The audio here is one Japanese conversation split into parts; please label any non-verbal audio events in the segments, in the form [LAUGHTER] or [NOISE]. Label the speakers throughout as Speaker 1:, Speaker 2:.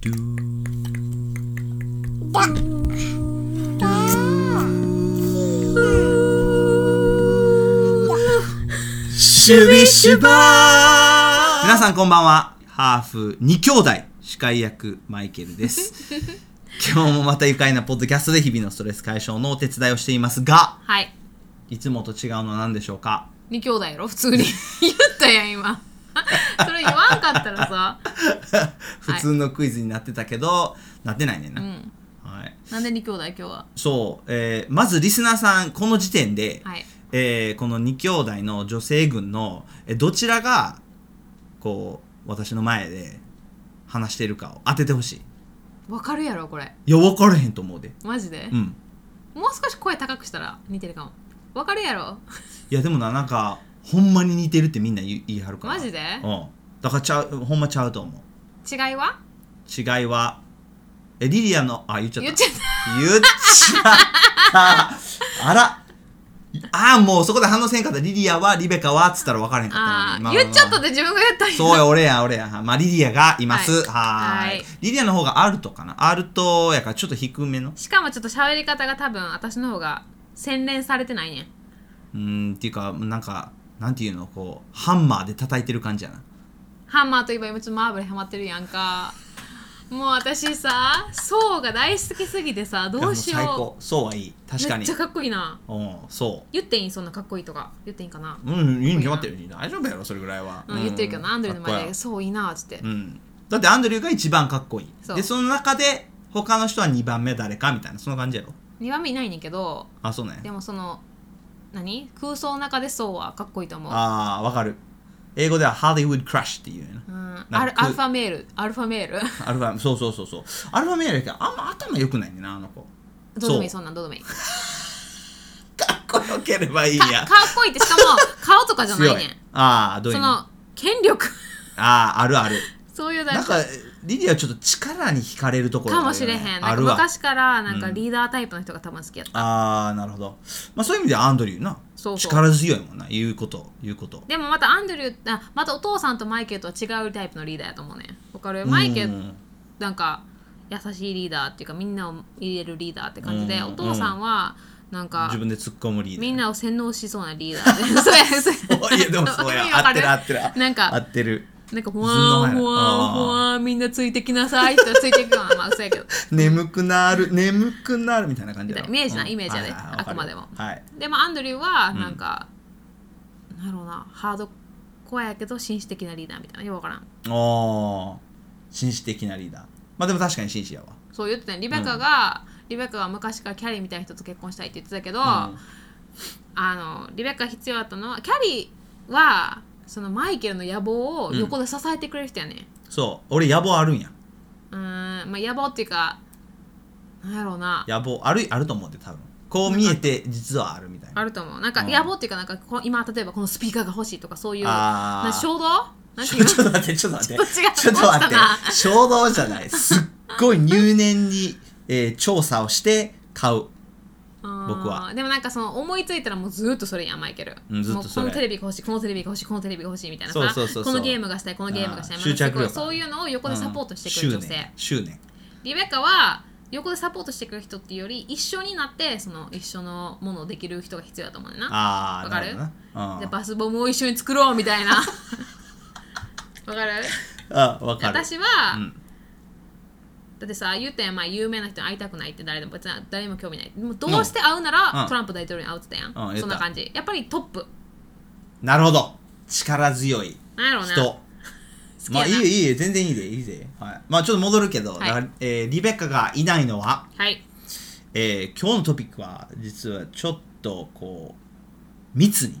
Speaker 1: ドゥー
Speaker 2: だだ
Speaker 1: シュビシュバー皆さんこんばんはハーフ2兄弟司会役マイケルです今日もまた愉快なポッドキャストで日々のストレス解消のお手伝いをしていますが
Speaker 3: はい
Speaker 1: いつもと違うのは何でしょうか
Speaker 3: 二兄弟やろ普通に [LAUGHS] 言ったやん今 [LAUGHS] それ言わんかったらさ
Speaker 1: 普通のクイズになってたけど、なってないねんな、
Speaker 3: うん
Speaker 1: はい、
Speaker 3: なんで二兄弟今日は
Speaker 1: そう、えーまずリスナーさんこの時点で、
Speaker 3: はい
Speaker 1: えーこの2兄弟の女性軍のえーどちらがこう私の前で話しているかを当ててほしい
Speaker 3: わかるやろこれ
Speaker 1: いや分からへんと思うで
Speaker 3: マジで
Speaker 1: う、ん
Speaker 3: もう少し声高くしたら似てるかもわかるやろ
Speaker 1: いやでもななんかほんまに似てるってみんな言い言い張るから
Speaker 3: マジで
Speaker 1: うんだからちゃうほんまちゃうと思う
Speaker 3: 違いは
Speaker 1: 違いはえリリアのあ言っちゃった
Speaker 3: 言っちゃった
Speaker 1: 言っちゃったあらあーもうそこで反応せんかったリリアはリベカはっつったら分からへんかったのに
Speaker 3: あ
Speaker 1: まあま
Speaker 3: ー
Speaker 1: あまあ
Speaker 3: 言っちゃったで自分が言ったんや
Speaker 1: そうや俺や俺やまあリリアがいますは
Speaker 3: はい
Speaker 1: ーい
Speaker 3: はい
Speaker 1: リリアの方がアルトかなアルトやからちょっと低めの
Speaker 3: しかもちょっと喋り方が多分私の方が洗練されてないねん
Speaker 1: うーんっていうかなんかなんていうのこうハンマーで叩いてる感じやな
Speaker 3: ハンマーといえば今ちょっとマーブルハマってるやんかもう私さ層が大好きすぎてさどうし
Speaker 1: いやも
Speaker 3: よ
Speaker 1: 最高そうはいい確
Speaker 3: う
Speaker 1: か
Speaker 3: めっ
Speaker 1: に
Speaker 3: ちゃかっこいいな
Speaker 1: うんそ
Speaker 3: 言っていいんそんなかっこいいとか言っていいんかな、
Speaker 1: ううんいいに決まってる大丈夫やろそれぐらいは、
Speaker 3: うん言ってるけどなアンドリューの前
Speaker 1: かっ
Speaker 3: で「
Speaker 1: こ
Speaker 3: そういいな」っつって、
Speaker 1: ええうんだってアンドリューが一番かっこいい
Speaker 3: そう
Speaker 1: でその中で他の人は2番目誰かみたいなそんな感じやろ
Speaker 3: 2番目いないねんけど
Speaker 1: あそうね
Speaker 3: でもその何空想の中でそうはかっこいいと思う
Speaker 1: ああわかる英語ではハリウッドクラッシュっていうよな
Speaker 3: うん、
Speaker 1: な
Speaker 3: ア
Speaker 1: ん
Speaker 3: ル
Speaker 1: か
Speaker 3: アルファメールアルファメール
Speaker 1: アルファそうそうそうそうアルファメールやけどあんま頭良くないねんなあの子
Speaker 3: どうでもいいそんなんどうでもいいか
Speaker 1: かっこよければいい
Speaker 3: か
Speaker 1: や
Speaker 3: っこいいってしかも顔とかじゃない
Speaker 1: 強い
Speaker 3: ねん
Speaker 1: ああどうい
Speaker 3: そ
Speaker 1: う意味あ
Speaker 3: の権力 [LAUGHS]
Speaker 1: ああるある
Speaker 3: そういう
Speaker 1: なん
Speaker 3: 大
Speaker 1: かリリアちょっと力に惹かれるところが
Speaker 3: か
Speaker 1: あるよ
Speaker 3: も
Speaker 1: ね
Speaker 3: しれへんな
Speaker 1: あ
Speaker 3: んか
Speaker 1: るわ
Speaker 3: 昔からなんか
Speaker 1: うん
Speaker 3: リーダータイプの人が多分好きやった、
Speaker 1: ああなるほどまあそういう意味ではアンドリューな
Speaker 3: そうそう
Speaker 1: 力強いもんな言うこと言うこと
Speaker 3: でもまたアンドリューあまたお父さんとマイケルとは違うタイプのリーダーやと思うねわかるマイケ
Speaker 1: う
Speaker 3: ル
Speaker 1: ん
Speaker 3: なんか優しいリーダーっていうかみんなを入れるリーダーって感じで
Speaker 1: うん
Speaker 3: お父さんはなんか
Speaker 1: 自分で突っ込むリーダー
Speaker 3: みんなを洗脳しそうなリーダーでそうやそう
Speaker 1: お [LAUGHS] いやでもそ
Speaker 3: [LAUGHS]
Speaker 1: うや合ってる合ってる
Speaker 3: なんか
Speaker 1: 合ってる
Speaker 3: なんかほ
Speaker 1: ずんの
Speaker 3: わ
Speaker 1: 前
Speaker 3: ー
Speaker 1: な
Speaker 3: ほわーほわーみんなついてきなさいってついていくようなまあそうやけど
Speaker 1: 眠くなる眠くなるみたいな感じだろ
Speaker 3: みたいなイメージな
Speaker 1: うん
Speaker 3: イメージやで
Speaker 1: はいはいはいわかる
Speaker 3: あくまでも
Speaker 1: はい
Speaker 3: でもアンドリューはなんか、なんやろうなハードコアやけど紳士的なリーダーみたいなよくわからん
Speaker 1: ああ紳士的なリーダーまあでも確かに紳士やわ
Speaker 3: そう言ってたねリベカが、リベカは昔からキャリーみたいな人と結婚したいって言ってたけど、あのリベカが必要だったのはキャリーはそのマイケルの野望を横で支えてくれる人やね、
Speaker 1: そう俺野望あるんや
Speaker 3: うーん、まあ野望っていうかなんやろうな
Speaker 1: 野望あるあると思うで多分こう見えて実はあるみたいな
Speaker 3: あると思うなんか
Speaker 1: うん
Speaker 3: 野望っていうかなんかこの今例えばこのスピーカーが欲しいとかそういう
Speaker 1: あー
Speaker 3: な衝動なんて
Speaker 1: ち
Speaker 3: いう
Speaker 1: ょ [LAUGHS]
Speaker 3: の
Speaker 1: ちょっと待ってちょっと待って
Speaker 3: ちょっと違う
Speaker 1: ちょっと待って
Speaker 3: 落ちた [LAUGHS]
Speaker 1: 衝動じゃないすっごい入念に、えー調査をして買う僕は
Speaker 3: あーでもなんかその思いついたらもうずっとそれやんマイケル、
Speaker 1: うんずっと
Speaker 3: もうこ
Speaker 1: それ
Speaker 3: のテレビが欲しいこのテレビが欲しいこのテレビが欲しいみたいなさ
Speaker 1: そうそうそうそう
Speaker 3: このゲームがしたいこのゲームがしたい
Speaker 1: あー
Speaker 3: まあ
Speaker 1: 執着力
Speaker 3: すごいそういうのを横でサポートしてくれる女性、
Speaker 1: うん執念執念
Speaker 3: リベカは横でサポートしてくれる人っていうより一緒になってその一緒のものをできる人が必要だと思うねんな
Speaker 1: ああ
Speaker 3: わかる
Speaker 1: な
Speaker 3: で
Speaker 1: るほどな
Speaker 3: バスボムを一緒に作ろうみたい
Speaker 1: [LAUGHS]
Speaker 3: なわかる
Speaker 1: うんあわかる
Speaker 3: 私は、
Speaker 1: うん
Speaker 3: だってさ言うたやんまあ有名な人に会いたくないって誰でも別に誰にも興味ないもうどうして会うなら、
Speaker 1: うん
Speaker 3: トランプ大統領に会うって言ったやん、
Speaker 1: うん言った
Speaker 3: そんな感じやっぱりトップ
Speaker 1: なるほど力強い
Speaker 3: なんやろうな
Speaker 1: 人
Speaker 3: きや
Speaker 1: ま
Speaker 3: な
Speaker 1: あいいよいいよ全然いいでいいで、はい、まあちょっと戻るけど、
Speaker 3: はい
Speaker 1: だからえーリベッカがいないのは
Speaker 3: はい
Speaker 1: えー今日のトピックは実はちょっとこう密に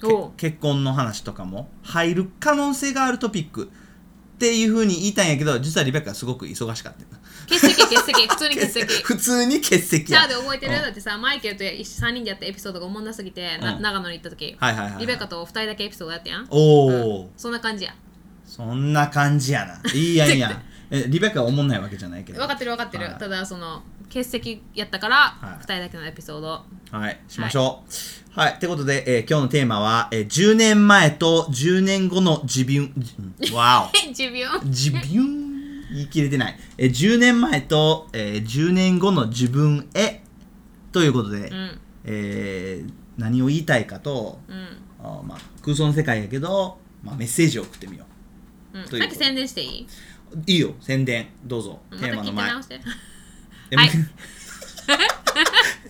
Speaker 1: け
Speaker 3: おう
Speaker 1: 結婚の話とかも入る可能性があるトピックっていうふうに言いたいんやけど実はリベッカはすごく忙しかったんだ
Speaker 3: 欠席欠
Speaker 1: [LAUGHS]
Speaker 3: 席普通に欠席
Speaker 1: 普通に欠席
Speaker 3: じゃ
Speaker 1: や
Speaker 3: あで覚えて
Speaker 1: う
Speaker 3: る
Speaker 1: ん
Speaker 3: だってさマイケルと3人でやったエピソードがおもんなすぎて、な
Speaker 1: うん
Speaker 3: 長野に行った時、
Speaker 1: はいはいはい
Speaker 3: リベカと2人だけエピソードやったやん
Speaker 1: おお、
Speaker 3: そんな感じや
Speaker 1: そんな感じやないいやんいいやんえリベカは思んないわけじゃないけど
Speaker 3: 分かってる分かってる、
Speaker 1: はい
Speaker 3: ただその欠席やったから
Speaker 1: はい
Speaker 3: 2人だけのエピソード、 [LAUGHS]
Speaker 1: はい、しましょう。はい、ってことで、えー今日のテーマは、えー10年前と10年後の自
Speaker 3: [LAUGHS]
Speaker 1: 分、じわ
Speaker 3: え自分
Speaker 1: お、自分言い切れてない。えー10年前と、えー10年後の自分へということで、
Speaker 3: うん
Speaker 1: えー何を言いたいかと、
Speaker 3: うん
Speaker 1: あーまあ、空想の世界やけど、まあ、メッセージを送ってみよ
Speaker 3: うん、
Speaker 1: ということ。
Speaker 3: さっき宣伝していいう
Speaker 1: いいよ、宣伝、どうぞ、
Speaker 3: また
Speaker 1: テーマ
Speaker 3: 聞いて
Speaker 1: の前。
Speaker 3: 直して
Speaker 1: え
Speaker 3: はい
Speaker 1: [LAUGHS]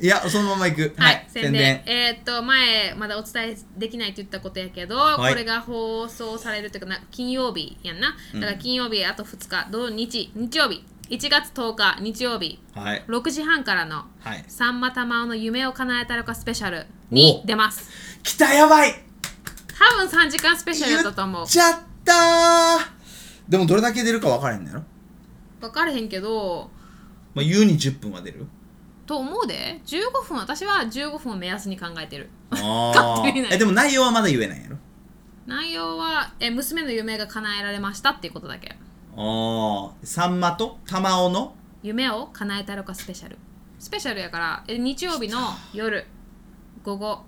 Speaker 1: いや、そのままいく。
Speaker 3: はい宣伝えーっと前まだお伝えできないって言ったことやけど、
Speaker 1: い
Speaker 3: これが放送されるというかな金曜日やんなだから金曜日あと2日土日日曜日1月10日日曜日
Speaker 1: はい。
Speaker 3: 6時半からの
Speaker 1: はい。
Speaker 3: 「さんまたまおの夢を叶えたろかスペシャル」に
Speaker 1: お
Speaker 3: 出ます
Speaker 1: 来たやばい
Speaker 3: 多分3時間スペシャルやったと思
Speaker 1: 言
Speaker 3: う
Speaker 1: っちゃったーでもどれだけ出るか分からへんのやろ、
Speaker 3: 分かれへんけど
Speaker 1: まあ、言うに10分は
Speaker 3: [LAUGHS]
Speaker 1: 出る
Speaker 3: と思うで15分私は15分を目安に考えてる
Speaker 1: あ
Speaker 3: 勝手にね
Speaker 1: ーえでも内容はまだ言えないんやろ
Speaker 3: 内容はえ娘の夢が叶えられましたっていうことだけ
Speaker 1: ああさんまと玉尾の
Speaker 3: 夢を叶えたろかスペシャルスペシャルやからえ日曜日の夜午後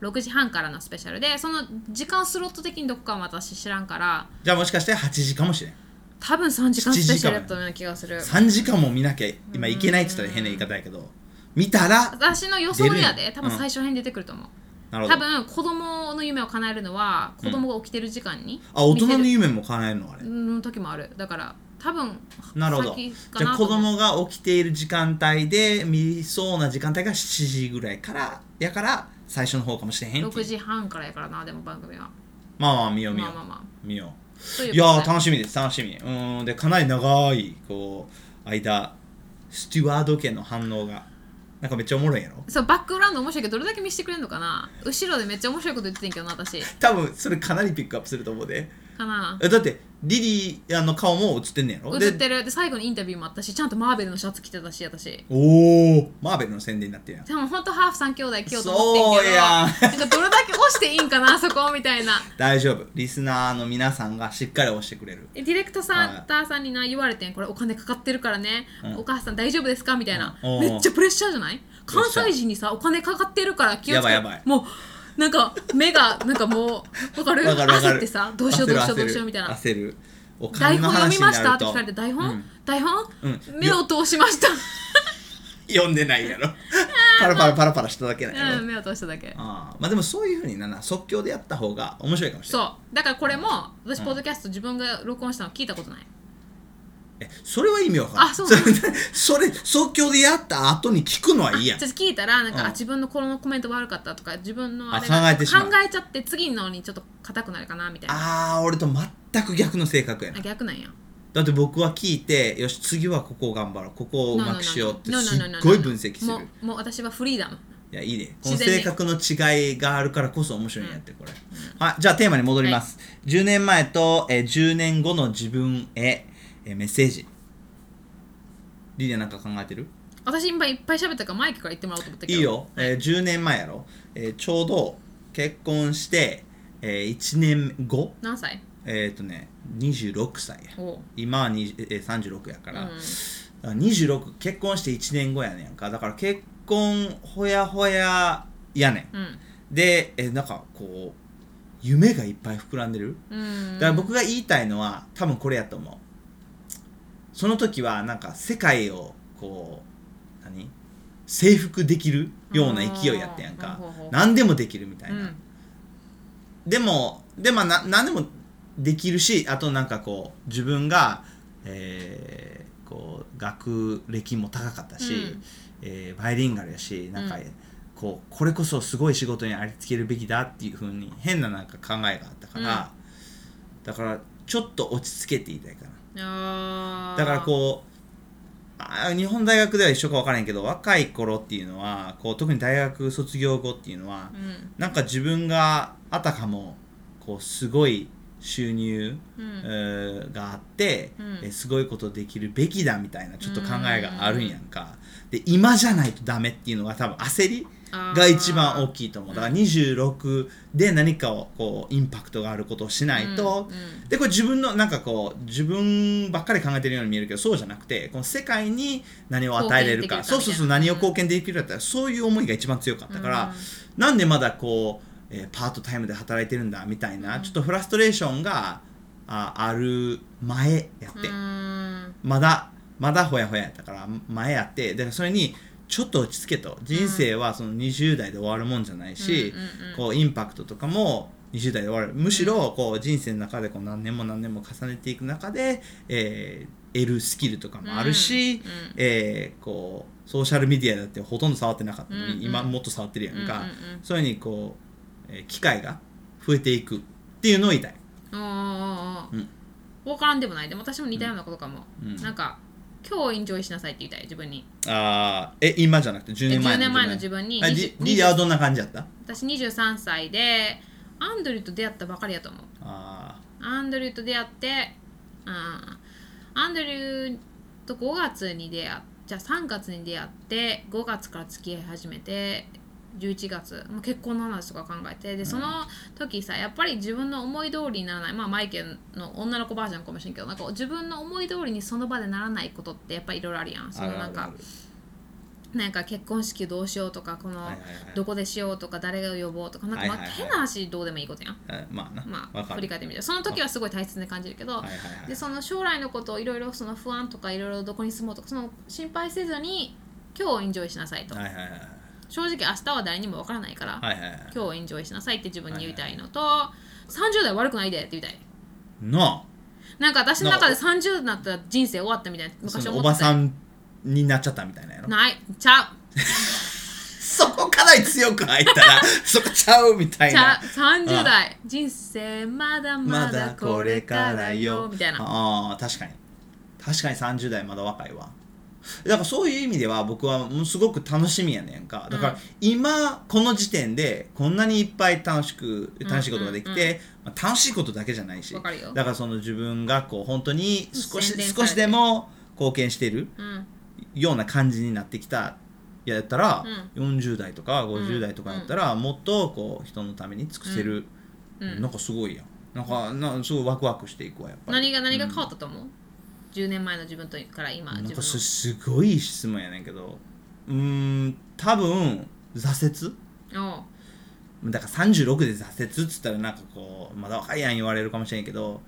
Speaker 3: 6時半からのスペシャルでその時間スロット的にどこかは私知らんから
Speaker 1: じゃあもしかして8時かもしれん
Speaker 3: 多分3時間スペシャルやったような気がする
Speaker 1: 3時間も見なきゃ今いけないって言ったら変な言い方やけど見たら
Speaker 3: 私の予想でや
Speaker 1: 出る
Speaker 3: で
Speaker 1: よ
Speaker 3: 多分最初編出てくると思う、
Speaker 1: なるほ
Speaker 3: 多
Speaker 1: どあ
Speaker 3: 分子供の夢を叶えるのは子供が起きてる時間に、
Speaker 1: 大人の
Speaker 3: 見せ
Speaker 1: 夢も叶えるのあれ
Speaker 3: るうん時もあるだから多分
Speaker 1: なるほど
Speaker 3: 先か
Speaker 1: じゃ
Speaker 3: な
Speaker 1: あ
Speaker 3: と
Speaker 1: 子
Speaker 3: 思う
Speaker 1: 供が起きている時間帯で見そうな時間帯が7時ぐらいからやから最初の方かもしれへんって
Speaker 3: 6
Speaker 1: いう
Speaker 3: 時半からやからなでも番組は
Speaker 1: まあまあ見よう見よ
Speaker 3: ま
Speaker 1: う、
Speaker 3: あまあまあ
Speaker 1: 見よう
Speaker 3: という
Speaker 1: いや
Speaker 3: こと
Speaker 1: ー
Speaker 3: で
Speaker 1: 楽しみです楽しみうーんでかなり長いこう間スチュワード家の反応がなんかめっちゃおもろいやろ
Speaker 3: そうバックグラウンド面白いけどどれだけ見せてくれるのかな後ろでめっちゃ面白いこと言ってんけどな私
Speaker 1: 多分それかなりピックアップすると思うで
Speaker 3: かな
Speaker 1: えだってリリーあの顔も映ってんねやろ
Speaker 3: 映って
Speaker 1: る
Speaker 3: るで最後にインタビューもあったしちゃんとマーベルのシャツ着てたし私
Speaker 1: おおマーベルの宣伝になってるやん
Speaker 3: でも本当ハーフ三兄弟着ようと思ってんけど
Speaker 1: そうや
Speaker 3: なんかどれだけ押していいんかなあそこみたいな
Speaker 1: 大丈夫リスナーの皆さんがしっかり押してくれる
Speaker 3: ディレクター
Speaker 1: は
Speaker 3: さ
Speaker 1: い
Speaker 3: ん、ターさんにな言われてんこれお金かかってるからね、
Speaker 1: うん
Speaker 3: お母さん大丈夫ですかみたいな、
Speaker 1: うんおう
Speaker 3: めっちゃプレッシャーじゃない
Speaker 1: レッ
Speaker 3: 関
Speaker 1: シャー
Speaker 3: 西人にさお金かかってるから気をつけ
Speaker 1: やばいやばい
Speaker 3: もうなんか目がなんかもうわかる
Speaker 1: わかるわか
Speaker 3: 焦
Speaker 1: る
Speaker 3: ってさどうしようどうしようどうしようみたいな
Speaker 1: 焦るお金
Speaker 3: 台
Speaker 1: の
Speaker 3: 本読
Speaker 1: 話
Speaker 3: み
Speaker 1: にな
Speaker 3: ま
Speaker 1: る
Speaker 3: し
Speaker 1: と
Speaker 3: たって聞かれて台本、
Speaker 1: うん
Speaker 3: 台本、
Speaker 1: うん
Speaker 3: 目を通しました
Speaker 1: 読んでない
Speaker 3: [LAUGHS]
Speaker 1: やろパラパラパラパラしただけなんやろ、
Speaker 3: うん目を通しただけ
Speaker 1: あーまあでもそういうふうになな即興でやった方が面白いかもしれない
Speaker 3: そうだからこれも私ポッドキャスト自分が録音したの聞いたことない
Speaker 1: えそれは意味わかんない
Speaker 3: あそうなの
Speaker 1: それ即興でやった後に聞くのはいいやん
Speaker 3: ちょっと聞いたらなんか、
Speaker 1: うん
Speaker 3: あ自分のこのコメント悪かったとか自分のあれ
Speaker 1: あ
Speaker 3: が
Speaker 1: 考えてしまう
Speaker 3: 考えちゃって次のにちょっと硬くなるかなみたいな
Speaker 1: あー俺と全く逆の性格やな
Speaker 3: あ逆なんや
Speaker 1: だって僕は聞いてよし次はここを頑張ろうここをうまくしようって
Speaker 3: なな
Speaker 1: すっ
Speaker 3: ななな
Speaker 1: ごい分析す
Speaker 3: も
Speaker 1: る
Speaker 3: うもう私はフリーダム
Speaker 1: いやいいねこの
Speaker 3: 自然に
Speaker 1: 性格の違いがあるからこそ面白いんやってこれ、はいじゃあテーマに戻ります、10年前と、えー10年後の自分へ、えーメッセージリリアなんか考えてる
Speaker 3: 私今いっぱい喋ったからマイクから言ってもらおうと思ったけ
Speaker 1: い
Speaker 3: ど
Speaker 1: いよ、えー10年前やろ、えーちょうど結婚して、えー1年後
Speaker 3: 何歳
Speaker 1: えっ、とね26歳や
Speaker 3: おう
Speaker 1: 今はに、えー36やから,、
Speaker 3: うん
Speaker 1: 26結婚して1年後やねんかだから結婚ほやほややね
Speaker 3: うん
Speaker 1: んで、えーなんかこう夢がいっぱい膨らんでる
Speaker 3: うん
Speaker 1: だから僕が言いたいのは多分これやと思うその時はなんか世界をこう何征服できるような勢いやったやん
Speaker 3: あー
Speaker 1: か
Speaker 3: ほうほうほう
Speaker 1: 何でもできるみたいうな、
Speaker 3: ん
Speaker 1: でもでもな何でもできるしあとなんかこう自分が、えーこう学歴も高かったし、
Speaker 3: うん
Speaker 1: えーバイリンガルやしなんか、
Speaker 3: うん
Speaker 1: こうこれこそすごい仕事にありつけるべきだっていうふうに変ななんか考えがあったから、だからちょっと落ち着けていたいかな。
Speaker 3: あー
Speaker 1: だからこうあー日本大学では一緒か分からへんけど若い頃っていうのはこう特に大学卒業後っていうのは、
Speaker 3: うん
Speaker 1: なんか自分があたかもこうすごい収入、
Speaker 3: う
Speaker 1: え
Speaker 3: ん
Speaker 1: ーがあって、
Speaker 3: うん
Speaker 1: えーすごいことできるべきだみたいなちょっと考えがあるんやんか、で今じゃないとダメっていうのが多分焦り
Speaker 3: あー
Speaker 1: が一番大きいと思うだから26で何かをこうインパクトがあることをしないと、
Speaker 3: うん
Speaker 1: でこれ自分のなんかこう自分ばっかり考えてるように見えるけどそうじゃなくてこの世界に何を与えれるか
Speaker 3: 貢献できるかみたいな
Speaker 1: そうそうそう何を貢献できるかってそういう思いが一番強かったから、なんでまだこう、えーパートタイムで働いてるんだみたいな、ちょっとフラストレーションがあある前やって、
Speaker 3: うん
Speaker 1: まだまだほやほややったから前やってだからそれにちょっと落ち着けと人生はその20代で終わるもんじゃないし、
Speaker 3: うんうんうん
Speaker 1: こうインパクトとかも20代で終わるむしろこう人生の中でこう何年も何年も重ねていく中で、えー得るスキルとかもある
Speaker 3: う
Speaker 1: し、
Speaker 3: んうん
Speaker 1: えーこうソーシャルメディアだってほとんど触ってなかったのに、
Speaker 3: うんうん
Speaker 1: 今もっと触ってるやん
Speaker 3: う
Speaker 1: か、
Speaker 3: んうんうん
Speaker 1: そういうふうにこう、えー機会が増えていくっていうのを言いたい。
Speaker 3: おーおーおー
Speaker 1: うん
Speaker 3: 分からんでもないでも私も似たようなことかも、
Speaker 1: うん
Speaker 3: なんか今日をエンジョイしなさいって言いたい自分に
Speaker 1: あーえ今じゃなくて10年前
Speaker 3: 10年前の自
Speaker 1: 分
Speaker 3: 分に
Speaker 1: あ
Speaker 3: 20
Speaker 1: リリリアはどんな感じだった
Speaker 3: 私23歳でアンドリューと出会ったばかりやと思う
Speaker 1: あ
Speaker 3: アンドリューと出会って、うん、アンドリューと5月に出会ってじゃあ3月に出会って5月から付き合い始めて11月もう結婚の話とか考えてでその時さやっぱり自分の思い通りにならないまあマイケルの女の子バージョンかもしれんけどなんか自分の思い通りにその場でならないことってやっぱりいろいろあるやん
Speaker 1: ー
Speaker 3: そのなんかなんか結婚式どうしようとかこの
Speaker 1: はいはいはい
Speaker 3: どこでしようとか誰が呼ぼうとかなんかまあ
Speaker 1: はいはいはい
Speaker 3: 変な話どうでもいいことやん
Speaker 1: あるあるまあな、
Speaker 3: ま
Speaker 1: わ
Speaker 3: あ、振
Speaker 1: かる
Speaker 3: り返ってみてその時はすごい大切に感じるけど、
Speaker 1: はいはいはい
Speaker 3: でその将来のことをいろいろその不安とかいろいろどこに住もうとかその心配せずに今日をエンジョイしなさいと、
Speaker 1: はいはいはい
Speaker 3: 正直明日は誰にもわからないから、
Speaker 1: はいはいはい
Speaker 3: 今日をエンジョイしなさいって自分に言いたいのと、30代悪くないでって言いたい
Speaker 1: の
Speaker 3: なんか私の中で30になったら人生終わったみたいな
Speaker 1: そ
Speaker 3: 昔
Speaker 1: の
Speaker 3: 思
Speaker 1: お
Speaker 3: ってた
Speaker 1: ばさんになっちゃったみたいなやろ
Speaker 3: ないちゃう
Speaker 1: そこから強く入ったらそこちゃうみたい
Speaker 3: ちゃ
Speaker 1: な
Speaker 3: う30代人生まだま
Speaker 1: ま
Speaker 3: だ
Speaker 1: だ
Speaker 3: こ
Speaker 1: こ
Speaker 3: れ
Speaker 1: れ
Speaker 3: か
Speaker 1: からら
Speaker 3: よ
Speaker 1: よ
Speaker 3: みたいな
Speaker 1: ああ確かに確かに30代まだ若いわだからそういう意味では僕はもうすごく楽しみやねんかだ
Speaker 3: う
Speaker 1: か
Speaker 3: ん
Speaker 1: ら今この時点でこんなにいっぱい楽しく楽しいことができ
Speaker 3: うんうん
Speaker 1: て、まあ楽しいことだけじゃないし
Speaker 3: わかるよ
Speaker 1: だからその自分がこう本当に少し
Speaker 3: 宣伝されて
Speaker 1: 少しでも貢献している
Speaker 3: うん
Speaker 1: ような感じになってきたやったら、40代とか50代とかやったら、もっとこう人のために尽くせる、
Speaker 3: うん
Speaker 1: なんかすごいやんなんかなすごいワクワクしていくわやっぱり
Speaker 3: 何が何が変わったと思う、10年前の自分とから今
Speaker 1: なん
Speaker 3: 自分
Speaker 1: か
Speaker 3: の
Speaker 1: すすごい質問やねんけどうーん多分挫折
Speaker 3: おう
Speaker 1: だから36で挫折っつったらなんかこうまだ若いやん言われるかもしれんけど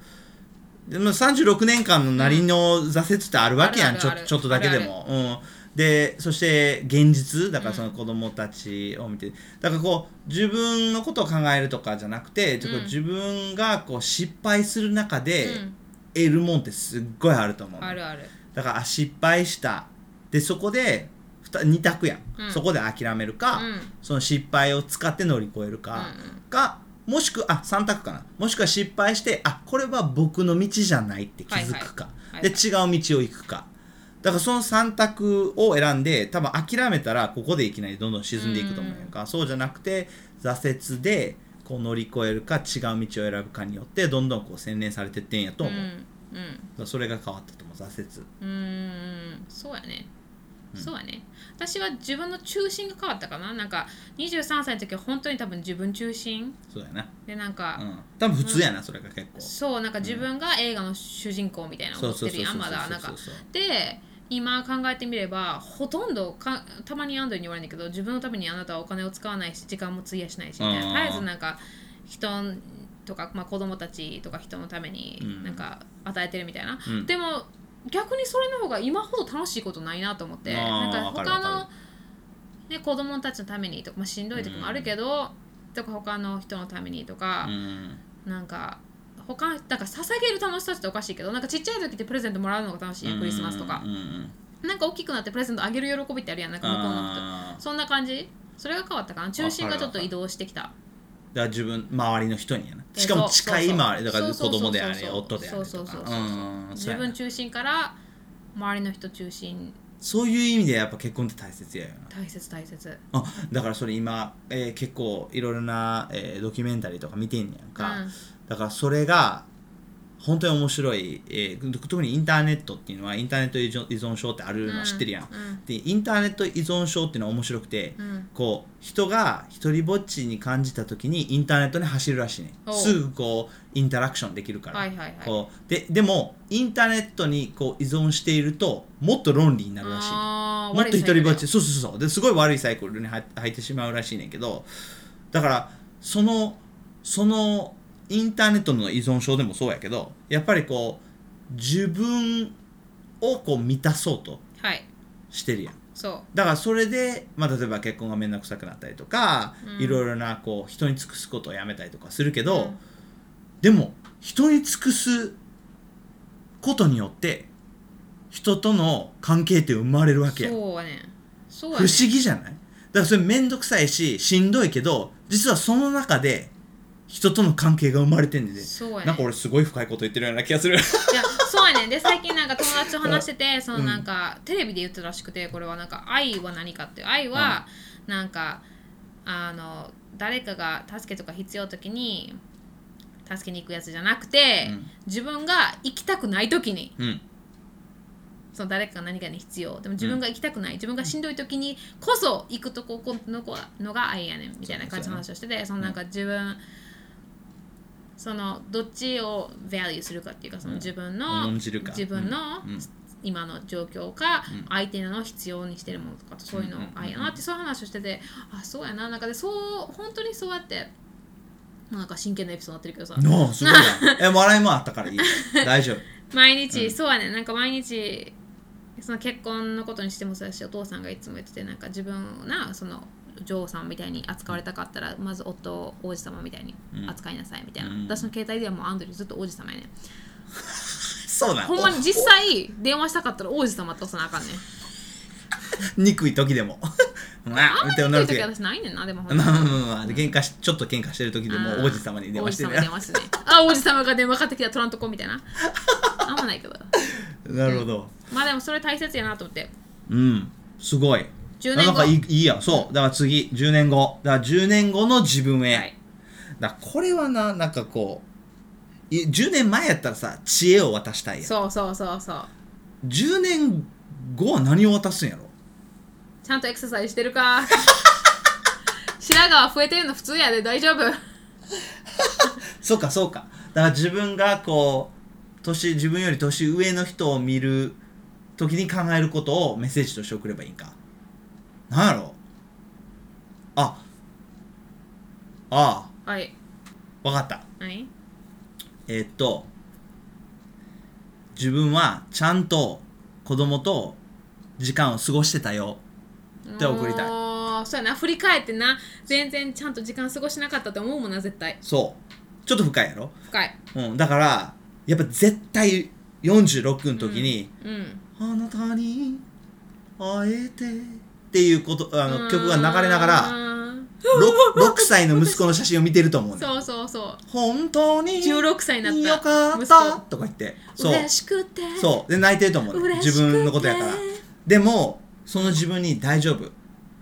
Speaker 1: でも36年間のなりの挫折ってあるわけやん、
Speaker 3: あ
Speaker 1: ち
Speaker 3: る
Speaker 1: ょ
Speaker 3: あるある
Speaker 1: ちょっとだけでも。うん、でそして現実だからその子供たちを見て、だからこう自分のことを考えるとかじゃなくて、ちょっと自分がこう失敗する中で
Speaker 3: うん
Speaker 1: 得るもんってすっごいあると思うの、
Speaker 3: あるある
Speaker 1: だからあ失敗したでそこで 2, 択やん、
Speaker 3: うん
Speaker 1: そこで諦めるか、
Speaker 3: うん
Speaker 1: その失敗を使って乗り越えるか、かもしくはあ3択かなもしくは失敗してあこれは僕の道じゃないって気づくか、
Speaker 3: はいはい
Speaker 1: で違う道を行くかだからその3択を選んで多分諦めたらここでいきなりどんどん沈んでいくと思うやんか、そうじゃなくて挫折でこう乗り越えるか違う道を選ぶかによってどんどんこう洗練されてってんやと
Speaker 3: うん
Speaker 1: 思う、だか
Speaker 3: うん
Speaker 1: らそれが変わったと思う挫折
Speaker 3: うーんそうやね、そうやね私は自分の中心が変わったかななんか23歳の時は本当に多分自分中心
Speaker 1: そうやな
Speaker 3: でなんか、
Speaker 1: うん多分普通やなそれが結構
Speaker 3: そうなんか自分が映画の主人公みたいな
Speaker 1: そ
Speaker 3: 思
Speaker 1: う
Speaker 3: って
Speaker 1: そう
Speaker 3: る
Speaker 1: そう
Speaker 3: や
Speaker 1: そ
Speaker 3: ん
Speaker 1: う
Speaker 3: まだなん
Speaker 1: そ
Speaker 3: か
Speaker 1: うそう
Speaker 3: で今考えてみればほとんどかたまにアンドリューに言われるんだけど自分のためにあなたはお金を使わないし時間も費やしないしみたい
Speaker 1: あ
Speaker 3: な
Speaker 1: ー
Speaker 3: 絶えずなんか人とか、まあ、子供たちとか人のために
Speaker 1: うん
Speaker 3: なんか与えてるみたいな、
Speaker 1: うん
Speaker 3: でも逆にそれの方が今ほど楽しいことないなと思って
Speaker 1: あー
Speaker 3: なんか
Speaker 1: わかる
Speaker 3: 他
Speaker 1: わ
Speaker 3: の
Speaker 1: か、
Speaker 3: ね、子供たちのためにとか、まあ、しんどい時もあるけど、とか他の人のためにとか、
Speaker 1: うん
Speaker 3: なんか他なんか捧げる楽しさっておかしいけどなんかちっちゃい時ってプレゼントもらうのが楽しいやんクリスマスとか
Speaker 1: うんうんうん
Speaker 3: なんか大きくなってプレゼントあげる喜びってあるやんなんか向こうの
Speaker 1: あ
Speaker 3: 人
Speaker 1: ー
Speaker 3: そんな感じそれが変わったかな中心がちょっと移動してきた
Speaker 1: だから自分周りの人にやな
Speaker 3: え
Speaker 1: しかも近い
Speaker 3: そう
Speaker 1: 周りだから
Speaker 3: そう
Speaker 1: 子供であれ
Speaker 3: そう
Speaker 1: 夫であれ
Speaker 3: そ
Speaker 1: と
Speaker 3: うそうそ
Speaker 1: か
Speaker 3: うそう
Speaker 1: う
Speaker 3: そうん
Speaker 1: そう
Speaker 3: 自
Speaker 1: やな
Speaker 3: 分中心から周りの人中心
Speaker 1: そういう意味でやっぱ結婚って大切やよな
Speaker 3: 大切大切
Speaker 1: あだからそれ今、えー結構いろいろな、えードキュメンタリーとか見てんねやんか、
Speaker 3: うん
Speaker 1: だからそれが本当に面白い、えー特にインターネットっていうのはインターネット依存依存症ってあるのは知ってるやん、
Speaker 3: うん
Speaker 1: でインターネット依存症っていうのは面白くて、
Speaker 3: うん
Speaker 1: こう人が一人ぼっちに感じた時にインターネットに走るらしいね
Speaker 3: おう
Speaker 1: すぐこうインタラクションできるから、
Speaker 3: はいはいはい
Speaker 1: こうででもインターネットにこう依存しているともっと論理になるらしいね
Speaker 3: あー
Speaker 1: もっと一人ぼ
Speaker 3: 悪い
Speaker 1: っち
Speaker 3: サイ
Speaker 1: そうそうそうですごい悪いサイクルに入っ入ってしまうらしいねんけどだからそのそのインターネットの依存症でもそうやけどやっぱりこう自分をこう満たそうと
Speaker 3: クだよはい
Speaker 1: してるやん
Speaker 3: そう
Speaker 1: だからそれで、まあ、例えば結婚が面倒くさくなったりとか、
Speaker 3: うん
Speaker 1: いろいろなこう人に尽くすことをやめたりとかするけ
Speaker 3: う
Speaker 1: ど
Speaker 3: ん、
Speaker 1: でも人に尽くすことによって人との関係って生まれるわけやん
Speaker 3: そうやねんそうや
Speaker 1: 不
Speaker 3: ねん
Speaker 1: 思議じゃないだからそれ面倒くさいししんどいけど実はその中で人との関係が生まれてんねんで
Speaker 3: そうやね
Speaker 1: なんか俺すごい深いこと言ってるような気がする
Speaker 3: いやそうやねんで最近なんか友達と話しててそのなんか、テレビで言ってたらしくてこれはなんか愛は何かっていう愛はなんか、あの誰かが助けとか必要な時に助けに行くやつじゃなくて、
Speaker 1: うん
Speaker 3: 自分が行きたくない時に
Speaker 1: うん
Speaker 3: その誰かが何かに必要でも自分が行きたくない、自分がしんどい時にこそ行くとここのこのが愛やねんみたいな感じの話をしててそのなんか自分そのどっちを value するかっていうかその自分の、
Speaker 1: 重んじるか
Speaker 3: 自分の、
Speaker 1: うんうん
Speaker 3: 今の状況か、
Speaker 1: うん
Speaker 3: 相手の必要にしてるものとかそういうの
Speaker 1: うんうんうんうん
Speaker 3: 愛やなってそういう話をしててあそうやななんかでそう本当にそうやってなんか真剣なエピソードになってるけどさ
Speaker 1: なあすごいなえ笑いもあったからいい大丈夫
Speaker 3: 毎日、そうやねなんか毎日その結婚のことにしてもそうやしお父さんがいつも言っててなんか自分をなその女王様みたいに扱われたかったらまず夫を王子様みたいに扱いなさいみたいな、
Speaker 1: うん
Speaker 3: 私の携帯ではもうアンドリューずっと王子様やね
Speaker 1: そうなん
Speaker 3: ほんまに実際電話したかったら王子様と押さなあかんねん
Speaker 1: 憎い時でも [LAUGHS] なあみたい
Speaker 3: あん
Speaker 1: な
Speaker 3: ま
Speaker 1: る
Speaker 3: り
Speaker 1: 時
Speaker 3: 時
Speaker 1: まあ
Speaker 3: 私ないねんなでもほんま
Speaker 1: まあまあまあで喧嘩しちょっと喧嘩してる時でも王子様に電話して
Speaker 3: る
Speaker 1: ね
Speaker 3: ねあ王子様が電話かかってきたら取らんとこみたいなあんまないけど
Speaker 1: なるほど
Speaker 3: まあでもそれ大切やなと思って
Speaker 1: うんすごい
Speaker 3: 10年後
Speaker 1: なんかいいいいやんそうだから次10年後だから10年後の自分へ、
Speaker 3: はい
Speaker 1: だからこれはななんかこうい10年前やったらさ知恵を渡したいやん
Speaker 3: そうそうそうそう
Speaker 1: 10年後は何を渡すんやろ
Speaker 3: ちゃんとエクササイズしてるか [LAUGHS] 白髪は増えてるの普通やで大丈夫
Speaker 1: そうかそうかだから自分がこう年自分より年上の人を見る時に考えることをメッセージとして送ればいいんかなんやろああ
Speaker 3: はい
Speaker 1: あわかった
Speaker 3: 何
Speaker 1: えーっと自分はちゃんと子供と時間を過ごしてたよで送りたい
Speaker 3: もうそうやな振り返ってな全然ちゃんと時間過ごしなかったと思うもんな絶対
Speaker 1: そうちょっと深いやろ、
Speaker 3: 深い
Speaker 1: うん、だからやっぱ絶対46の時に、
Speaker 3: うん
Speaker 1: あなたに会えてっていうことあの曲が流れなが
Speaker 3: う
Speaker 1: ら
Speaker 3: ーん [LAUGHS]
Speaker 1: 6, 歳の息子の写真を見てると思うね
Speaker 3: そうそうそう
Speaker 1: 本当に
Speaker 3: 16歳になった
Speaker 1: よかっ
Speaker 3: 息
Speaker 1: た
Speaker 3: 子
Speaker 1: とか言ってそう
Speaker 3: 嬉しくて
Speaker 1: そうで泣いてると思うね
Speaker 3: 嬉しくて
Speaker 1: 自分のことやからでもその自分に大丈夫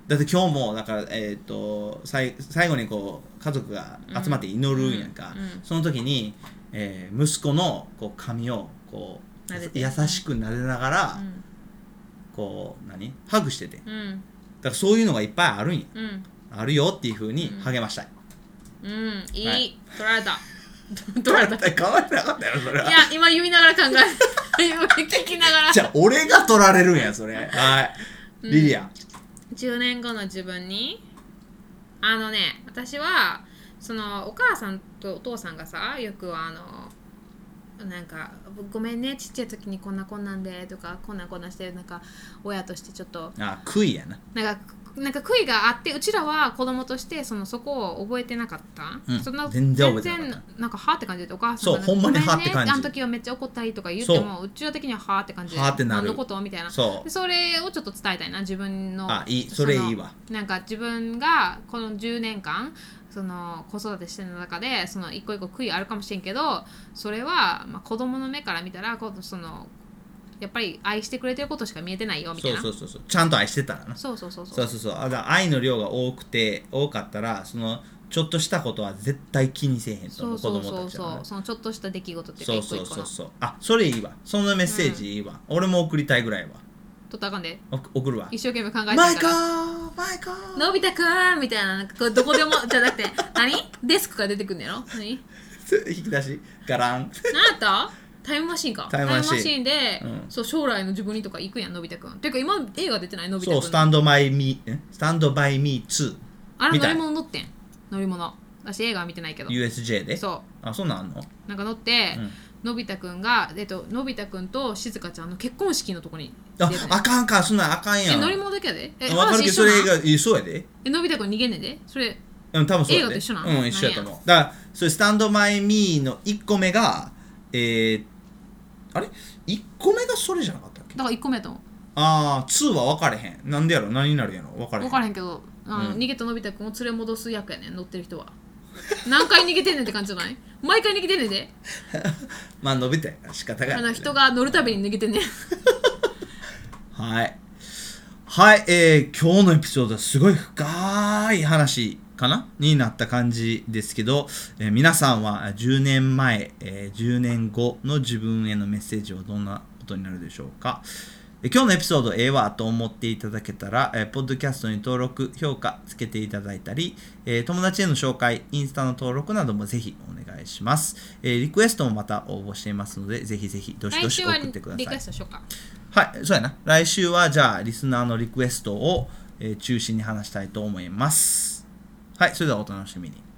Speaker 1: だって今日もだから、えー、とさい最後にこう家族が集まって祈るんやんか、
Speaker 3: うんうん
Speaker 1: その時に、えー息子のこう髪をこう
Speaker 3: 撫でて
Speaker 1: 優しく撫でながら、
Speaker 3: うん
Speaker 1: こう何ハグしててだ
Speaker 3: うん
Speaker 1: からそういうのがいっぱいあるんや
Speaker 3: うん
Speaker 1: あるよっていうふうに励ましたい、
Speaker 3: うん、いい、
Speaker 1: はい
Speaker 3: 取られた。取られた。い
Speaker 1: 変わってなかったよそれは
Speaker 3: や、今言いながら考え、今聞きながら
Speaker 1: じ。ゃあ俺が取られるんやそれはいリリア、
Speaker 3: 10年後の自分に、あのね、私は、そのお母さんとお父さんがさ、よくあの、なんか、ごめんね、ちっちゃい時にこんなこんなんでとか、こんなこんなんして、なんか、親としてちょっと、
Speaker 1: あ悔いやな
Speaker 3: なんか、なんか悔いがあってうちらは子供としてそのそこを覚えてなかった、
Speaker 1: うん
Speaker 3: そんな
Speaker 1: 全然覚えてなかった
Speaker 3: 全然なんかはーって感じでお母さんが
Speaker 1: そうほんまにはーって
Speaker 3: ごめんね
Speaker 1: 感じ
Speaker 3: あの時はめっちゃ怒ったりとか言ってもうちら的にははーって感じで
Speaker 1: はーってなる
Speaker 3: 何のことみたいな
Speaker 1: そう
Speaker 3: でそれをちょっと伝えたいな自分の
Speaker 1: あいいそれ
Speaker 3: の
Speaker 1: いいわ
Speaker 3: なんか自分がこの10年間その子育てしてる中でその一個一個悔いあるかもしれんけどそれはまあ子供の目から見たらこうそのやっぱり愛してくれてることしか見えてないよみた
Speaker 1: そ
Speaker 3: いうな
Speaker 1: そうそうそうちゃんと愛してたらな
Speaker 3: そうそうそうそう
Speaker 1: そうそうそうあだから愛の量が多くて多かったらそのちょっとしたことは絶対気にせえへんと
Speaker 3: そ
Speaker 1: 思う
Speaker 3: うそう
Speaker 1: 子
Speaker 3: そ
Speaker 1: 供
Speaker 3: う
Speaker 1: たちは
Speaker 3: そ
Speaker 1: な
Speaker 3: うそのちょっとした出来事っていうか
Speaker 1: そ
Speaker 3: 一
Speaker 1: う
Speaker 3: 個
Speaker 1: そ
Speaker 3: 一
Speaker 1: う
Speaker 3: 個
Speaker 1: そう
Speaker 3: の
Speaker 1: そうあそれいいわそのメッセージいいわ、俺も送りたいぐらいわ
Speaker 3: とったらあかんで
Speaker 1: お送るわ
Speaker 3: 一生懸命考えてるか
Speaker 1: マイカ
Speaker 3: ら
Speaker 1: ーマイカー
Speaker 3: のび太くんみたいななんかこうどこでもじゃなく
Speaker 1: [LAUGHS]
Speaker 3: て何デスクから出てくんのやろ何
Speaker 1: 引き出しガラン
Speaker 3: 何やったタイムマシンか
Speaker 1: タイムマシン
Speaker 3: ンで、
Speaker 1: うん
Speaker 3: そう将来の自分にとか行くやんのび太くんていうか今映画出てないのび
Speaker 1: そ
Speaker 3: 太
Speaker 1: う
Speaker 3: く
Speaker 1: ス
Speaker 3: ん
Speaker 1: タンドバイミースタンドバイミー
Speaker 3: あれ
Speaker 1: み
Speaker 3: 乗
Speaker 1: たい
Speaker 3: り物乗ってん乗り物私映画は見てないけど
Speaker 1: 2USJ で
Speaker 3: そ
Speaker 1: あそうなんあんの
Speaker 3: うなんか乗って、
Speaker 1: うん
Speaker 3: のび太くんが、えっと、のび太くんとしずかちゃんの結婚式のとこに出
Speaker 1: あ
Speaker 3: るね
Speaker 1: あかんかそんなんあかんや
Speaker 3: え
Speaker 1: ん
Speaker 3: 乗り物だけやでえ
Speaker 1: わかる
Speaker 3: 話
Speaker 1: けど
Speaker 3: 一
Speaker 1: そ
Speaker 3: 緒
Speaker 1: れ
Speaker 3: なん
Speaker 1: がえそうやで
Speaker 3: えのび太くん逃げんねんでそれ
Speaker 1: うん、多分そうや
Speaker 3: 映画
Speaker 1: で
Speaker 3: と一緒な
Speaker 1: うんん、一緒やと思う。だから、それ、スタンドマイミーの1個目が、えー、あれ ?1 個目がそれじゃなかったっけ
Speaker 3: だから1個目やと思う
Speaker 1: あー、2は分かれへん。なんでやろ何になるやろ分かれへ
Speaker 3: 分
Speaker 1: ん。
Speaker 3: からへんけどあの、
Speaker 1: うん
Speaker 3: 逃げたのび太くんを連れ戻す役やねん乗ってる人は何回逃げてんねんって感じじゃない毎回逃げてんねんで
Speaker 1: まあ、伸びたやから仕方が
Speaker 3: あ
Speaker 1: ない、
Speaker 3: の人が乗るたびに逃げてんねん
Speaker 1: はい。はい、えー、今日のエピソードはすごい深い話かなになった感じですけど、えー皆さんは10年前、えー10年後の自分へのメッセージはどんなことになるでしょうかえー今日のエピソードええわと思っていただけたら、えーポッドキャストに登録、評価つけていただいたり、えー友達への紹介、インスタの登録などもぜひお願いします。えーリクエストもまた応募していますので、ぜひぜひどしど
Speaker 3: 来
Speaker 1: し
Speaker 3: 週は
Speaker 1: 送ってください。
Speaker 3: リクエストしようか
Speaker 1: はい、そうやな。来週はじゃあリスナーのリクエストを、えー中心に話したいと思います。はい、それではお楽しみに。